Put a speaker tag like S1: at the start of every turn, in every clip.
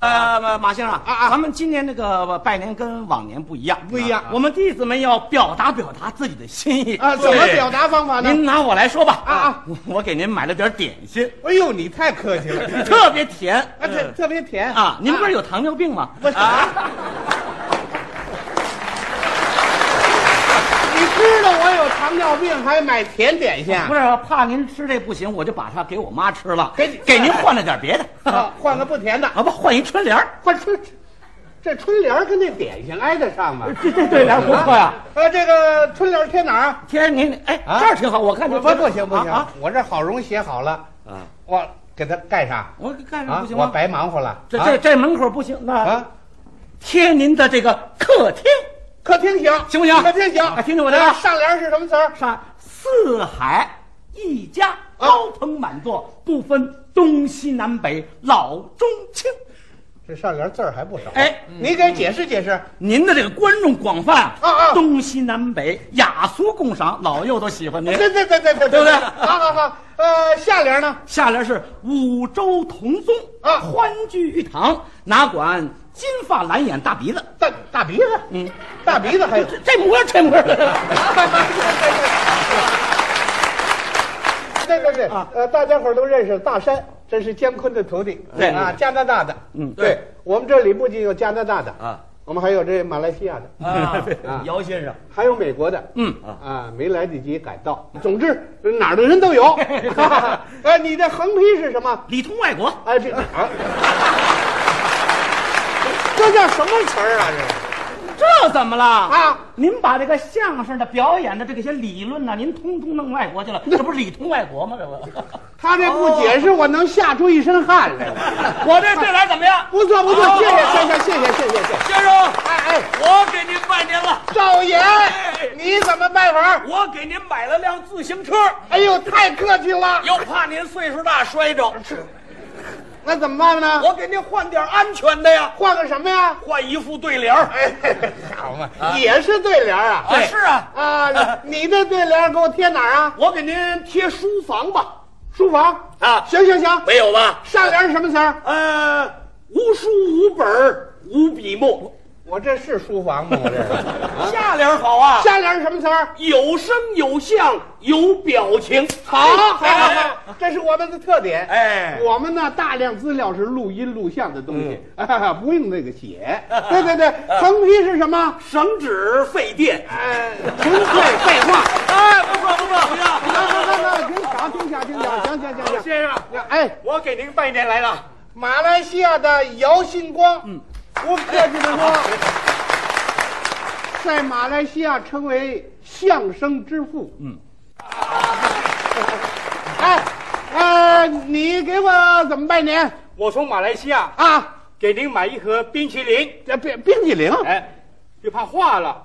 S1: 呃，马先生啊
S2: 啊啊
S1: 咱们今年那个拜年跟往年不一样，
S2: 不一样
S1: 啊我们弟子们要表达表达自己的心意
S2: 啊，怎么表？达方法
S1: 对
S2: 呢？
S1: 您拿我来说吧，
S2: 啊啊
S1: 我，我给您买了点点心，
S2: 哎呦，你太客气了，
S1: 特别甜
S2: 啊，特特别甜
S1: 啊！您不是有糖尿病吗？
S2: 不是
S1: 啊，
S2: 你知道我有糖尿病，还买甜点心啊？
S1: 不是怕您吃这不行，我就把它给我妈吃了，
S2: 给你
S1: 给您换了点别的，
S2: 啊，换个不甜的，
S1: 啊不，换一春联儿
S2: 换春，这春联儿跟那点心挨得上吗？
S1: 这这对联儿不错呀。
S2: 呃，这个春联儿贴哪儿啊？
S1: 贴您哎，
S2: 啊
S1: 这儿挺好，我看
S2: 不
S1: 就
S2: 不不行不行，
S1: 啊啊！
S2: 我这好容易写好了，
S3: 啊，
S2: 我给它盖上
S1: 我干什么
S2: 啊
S1: 不，行
S2: 我
S1: 吗？
S2: 白忙活了。
S1: 这
S2: 啊
S1: 这这门口不行，那
S2: 啊，
S1: 贴您的这个客厅
S2: 客厅行
S1: 行不行
S2: 客厅行，
S1: 啊听听我的啊
S2: 啊上联是什么词儿？
S1: 上四海一家，
S2: 啊
S1: 高朋满座，不分东西南北，老中青。
S2: 这上联字儿还不少。
S1: 哎
S2: 你给解释解释。
S1: 您的这个观众广泛啊
S2: 啊
S1: 东西南北雅俗共赏，老幼都喜欢您。
S2: 对对对对对，对
S1: 嗯对不对
S2: 好好好，呃，下联呢？
S1: 下联是五洲同宗
S2: 啊
S1: 欢聚一堂，哪管金发蓝眼大鼻子，
S2: 大大鼻子，
S1: 嗯，
S2: 大鼻子还有。
S1: 这这模样这模样。
S2: 对对对，
S1: 啊
S2: 呃，大家伙儿都认识大山，这是姜昆的徒弟，
S1: 对
S2: 啊，加拿大的，
S1: 嗯
S2: 对我们这里不仅有加拿大的
S3: 啊，
S2: 我们还有这马来西亚的，
S3: 啊
S2: 啊
S3: 姚先生，
S2: 还有美国的，
S1: 嗯
S2: 啊，没来得及赶到。总之哪儿的人 都有。哎，你的横批是什么？
S1: 里通外国，
S2: 哎，这啊，这叫什么词儿啊？
S1: 这怎么了
S2: 啊？
S1: 您把这个相声的表演的这个些理论呢、您通通弄外国去了，这不是里通外国吗？这不，
S2: 这他这不解释，我能吓出一身汗来。
S1: 我这对联怎么样，
S2: 不错不错，
S1: 好
S2: 谢谢
S1: 好
S2: 先生，谢谢谢谢谢谢。
S3: 先生，
S2: 哎哎，
S3: 我给您拜年了，
S2: 赵爷，你怎么办法？
S3: 我给您买了辆自行车，
S2: 哎呦，太客气了。
S3: 又怕您岁数大摔着，
S2: 那怎么办呢？
S3: 我给您换点安全的呀，
S2: 换个什么呀？
S3: 换一副对联儿。
S2: 哎，好嘛，也是对联啊。
S3: 啊，是啊，
S2: 啊，你的对联给我贴哪儿啊？
S3: 我给您贴书房吧，
S2: 书房
S3: 啊
S2: 行行行，
S3: 没有吧？
S2: 上联是什么词儿？
S3: 呃，无书无本儿无笔墨，
S2: 我这是书房吗？我这是。
S3: 下联好啊，
S2: 下联是什么词儿？
S3: 有声有相有表情，
S2: 好，好，好，好，这是我们的特点。
S3: 哎
S2: 我们呢，大量资料是录音录像的东西，啊不用那个写。对对对，横批是什么？
S3: 省纸费电。
S2: 哎，纯粹废话。
S3: 哎，不错不错，不错。
S2: 那那那，挺好，挺好，挺好。行行行行。
S3: 先生，
S2: 哎，
S3: 我给您拜年来了。
S2: 马来西亚的姚星光，嗯，不客气的说，在马来西亚称为相声之父。嗯， 哎，呃，你给我怎么拜年
S3: 我从马来西亚
S2: 啊？
S3: 给您买一盒冰淇淋，
S2: 这冰冰激凌，
S3: 哎，又怕化了，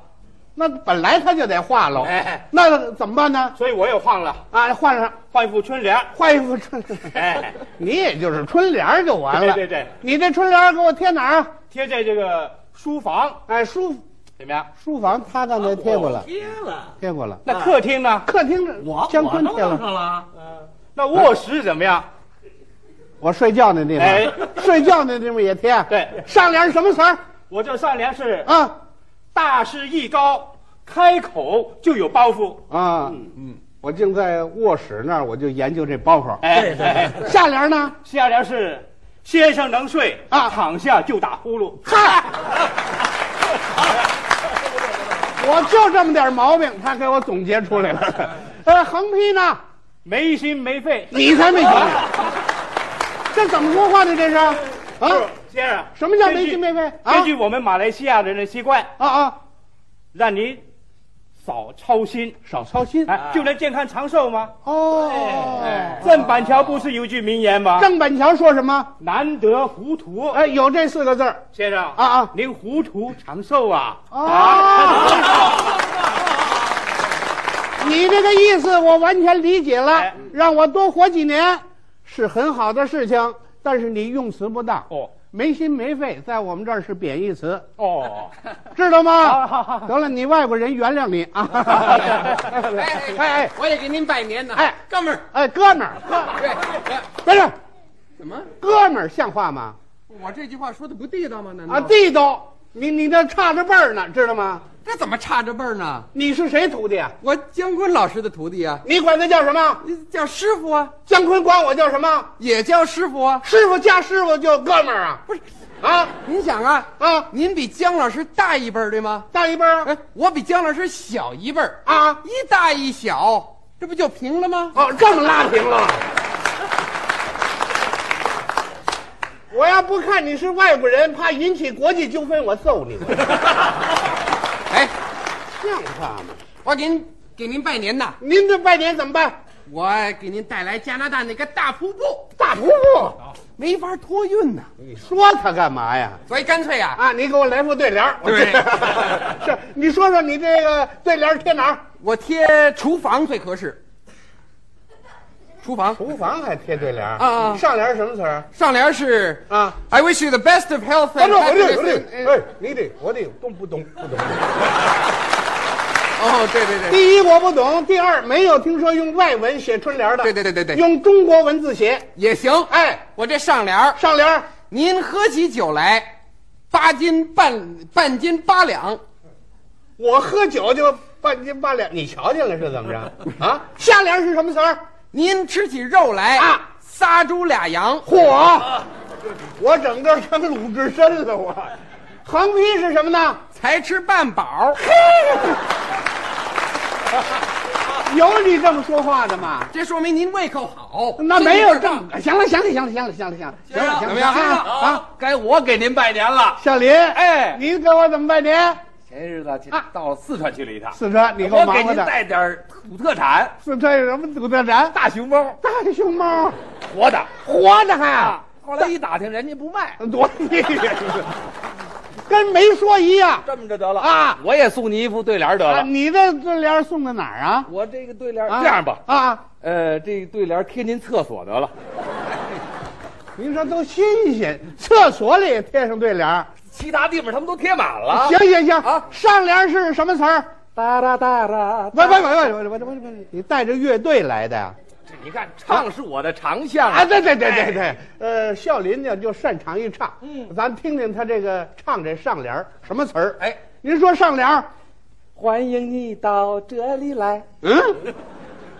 S2: 那本来它就得化喽，
S3: 哎
S2: 那怎么办呢？
S3: 所以我也换了，
S2: 啊，换上
S3: 换一副春联。
S2: 换一副春，
S3: 哎，
S2: 你也就是春联儿就完了。
S3: 对对对
S2: 你这春联儿给我贴哪儿啊？
S3: 贴在这个书房
S2: 哎，书
S3: 怎么样？啊
S2: 书房他刚才啊贴过了，
S1: 贴了，
S2: 贴过了。
S3: 那客厅呢？
S2: 客厅这
S1: 我
S2: 姜昆贴
S1: 我弄
S2: 了，
S1: 上了，
S3: 那卧室怎么样？
S2: 我睡觉那地
S3: 哎
S2: 方，睡觉那地方也贴。
S3: 对
S2: 上联是什么词儿
S3: 我这上联是
S2: 啊？
S3: 大事一高，开口就有包袱。
S2: 啊，嗯，我竟在卧室那儿，我就研究这包袱。
S3: 哎
S1: 对，对
S3: 哎
S2: 下联 呢？
S3: 下联是先生能睡
S2: 啊
S3: 躺下就打呼噜。
S2: 我就这么点毛病，他给我总结出来 了。呃，横批呢？
S3: 没心没肺。
S2: 你才没辙。这怎么说话呢？这是啊？
S3: 先生，
S2: 什么叫
S3: 根
S2: 没
S3: 据
S2: 心没肺啊
S3: 根据我们马来西亚人的习惯，
S2: 啊啊！
S3: 让你少操心，少
S2: 操心
S3: 哎，就能健康长寿吗？
S2: 哦。
S3: 郑板桥不是有句名言吗？
S2: 郑板桥说什么？
S3: 难得糊涂，
S2: 哎，有这四个字儿
S3: 先生
S2: 啊
S3: 啊，
S2: 啊。
S3: 您糊涂长寿啊！
S2: 哦，你这个意思我完全理解了
S3: 哎，
S2: 让我多活几年是很好的事情，但是你用词不当，
S3: 哦
S2: 没心没肺，在我们这儿是贬义词，
S3: 哦，
S2: 知道
S3: 好
S2: 吗？
S3: 好好
S2: 得了，你外国人原谅 你啊！哎哎
S4: 我也给您拜年呢。
S2: 哎
S4: 哥们儿，
S2: 哎，哥们儿，
S4: 对，
S2: 不是
S4: 怎么？
S2: 哥们儿像话吗？
S4: 我这句话说的不地道吗？难道
S2: 啊，地道，你你这差着辈儿呢，知道吗？
S4: 这怎么差着辈儿呢？
S2: 你是谁徒弟啊？
S4: 我姜昆老师的徒弟啊，
S2: 你管他叫什么？
S4: 你叫师傅啊，
S2: 姜昆管我叫什么？
S4: 也叫师傅啊。
S2: 师傅加师傅就哥们儿啊？
S4: 不是，
S2: 啊
S4: 您想啊，
S2: 啊，
S4: 您比姜老师大一辈儿对吗？
S2: 大一辈儿啊
S4: 哎，我比姜老师小一辈儿，
S2: 啊，
S4: 一大一小，这不就平了吗？
S2: 哦，这么拉平了。我要不看你是外国人，怕引起国际纠纷，我揍你！
S4: 哎，
S2: 像话吗？
S4: 我给您给您拜年呐，
S2: 您这拜年怎么办？
S4: 我给您带来加拿大那个大瀑布，
S2: 大瀑布，
S4: 没法托运呐、
S2: 你说他干嘛呀？
S4: 所以干脆啊，
S2: 啊，你给我来副对联儿。我
S4: 对
S2: 是你说说你这个对联儿贴哪儿？
S4: 我贴厨房最合适。厨房
S2: 厨房还贴对联儿
S4: 啊啊
S2: 上联儿什么词儿
S4: 上联是
S2: 啊？
S4: I wish you the best of health
S2: 哎，
S4: and
S2: 这我这我这，
S4: happiness and-
S2: 哎，你得我得懂不懂？不懂。哎
S4: 哦，对对对，
S2: 第一我不懂，第二没有听说用外文写春联儿的。
S4: 对对对对对
S2: 用中国文字写。
S4: 也行。
S2: 哎，
S4: 我这上联儿
S2: 上联儿
S4: 您喝起酒来，八斤半半斤八两。
S2: 我喝酒就半斤八两，你瞧见了是怎么着？啊，下联儿是什么词儿？
S4: 您吃起肉来
S2: 啊，
S4: 仨猪俩羊。
S2: 嚯！我整个成鲁智深了，我。横批是什么呢？
S4: 才吃半饱，
S2: 有你这么说话的吗？
S4: 这说明您胃口好。
S2: 那没有
S4: 真
S2: 这
S4: 是
S2: 么。行了，行了，行了，行了，行了，行了，行了，行
S4: 怎
S2: 了，
S4: 么样？
S2: 啊啊！
S3: 啊，该我给您拜年了。
S2: 小林，
S3: 哎
S2: 您给我怎么拜年？
S3: 前日子
S2: 啊
S3: 到四川去了一趟，
S2: 四川，你给我
S3: 我给
S2: 忙活
S3: 您
S2: 的。
S3: 带点儿土特产，
S2: 四川有什么土特产？
S3: 大熊猫，
S2: 大熊猫，
S3: 活的。
S2: 活着还
S3: 啊，后来一打听，人家不卖，
S2: 多厉害，跟没说一样
S3: 这么着得了
S2: 啊！
S3: 我也送你一副对联儿得
S2: 啊！
S3: 了。
S2: 你这这联儿送到哪儿啊？
S3: 我这个对联儿
S2: 啊
S3: 这样吧，
S2: 啊，
S3: 呃，这对联儿贴您厕所得了，
S2: 您说都新鲜，厕所里也贴上对联儿。
S3: 其他地方他们都贴满了。
S2: 行行行
S3: 啊
S2: 上联儿是什么词儿？
S3: 哒哒哒哒，
S2: 喂喂喂喂喂喂喂喂！你带着乐队来的呀？
S3: 这你看，唱是我的长项
S2: 啊，对对对对
S3: 哎
S2: 对，呃，孝林呢就擅长于唱，嗯，咱听听他这个唱这上联儿什么词儿？
S3: 哎，
S2: 您说上联儿，
S3: 欢迎你到这里来，
S2: 嗯，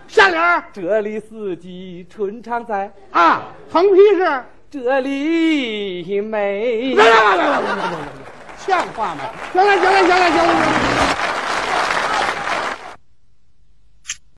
S2: 下联儿
S3: 这里四季春常在，
S2: 啊，横批是，
S3: 这里美。
S2: 像话吗？行了行了行了行了行了。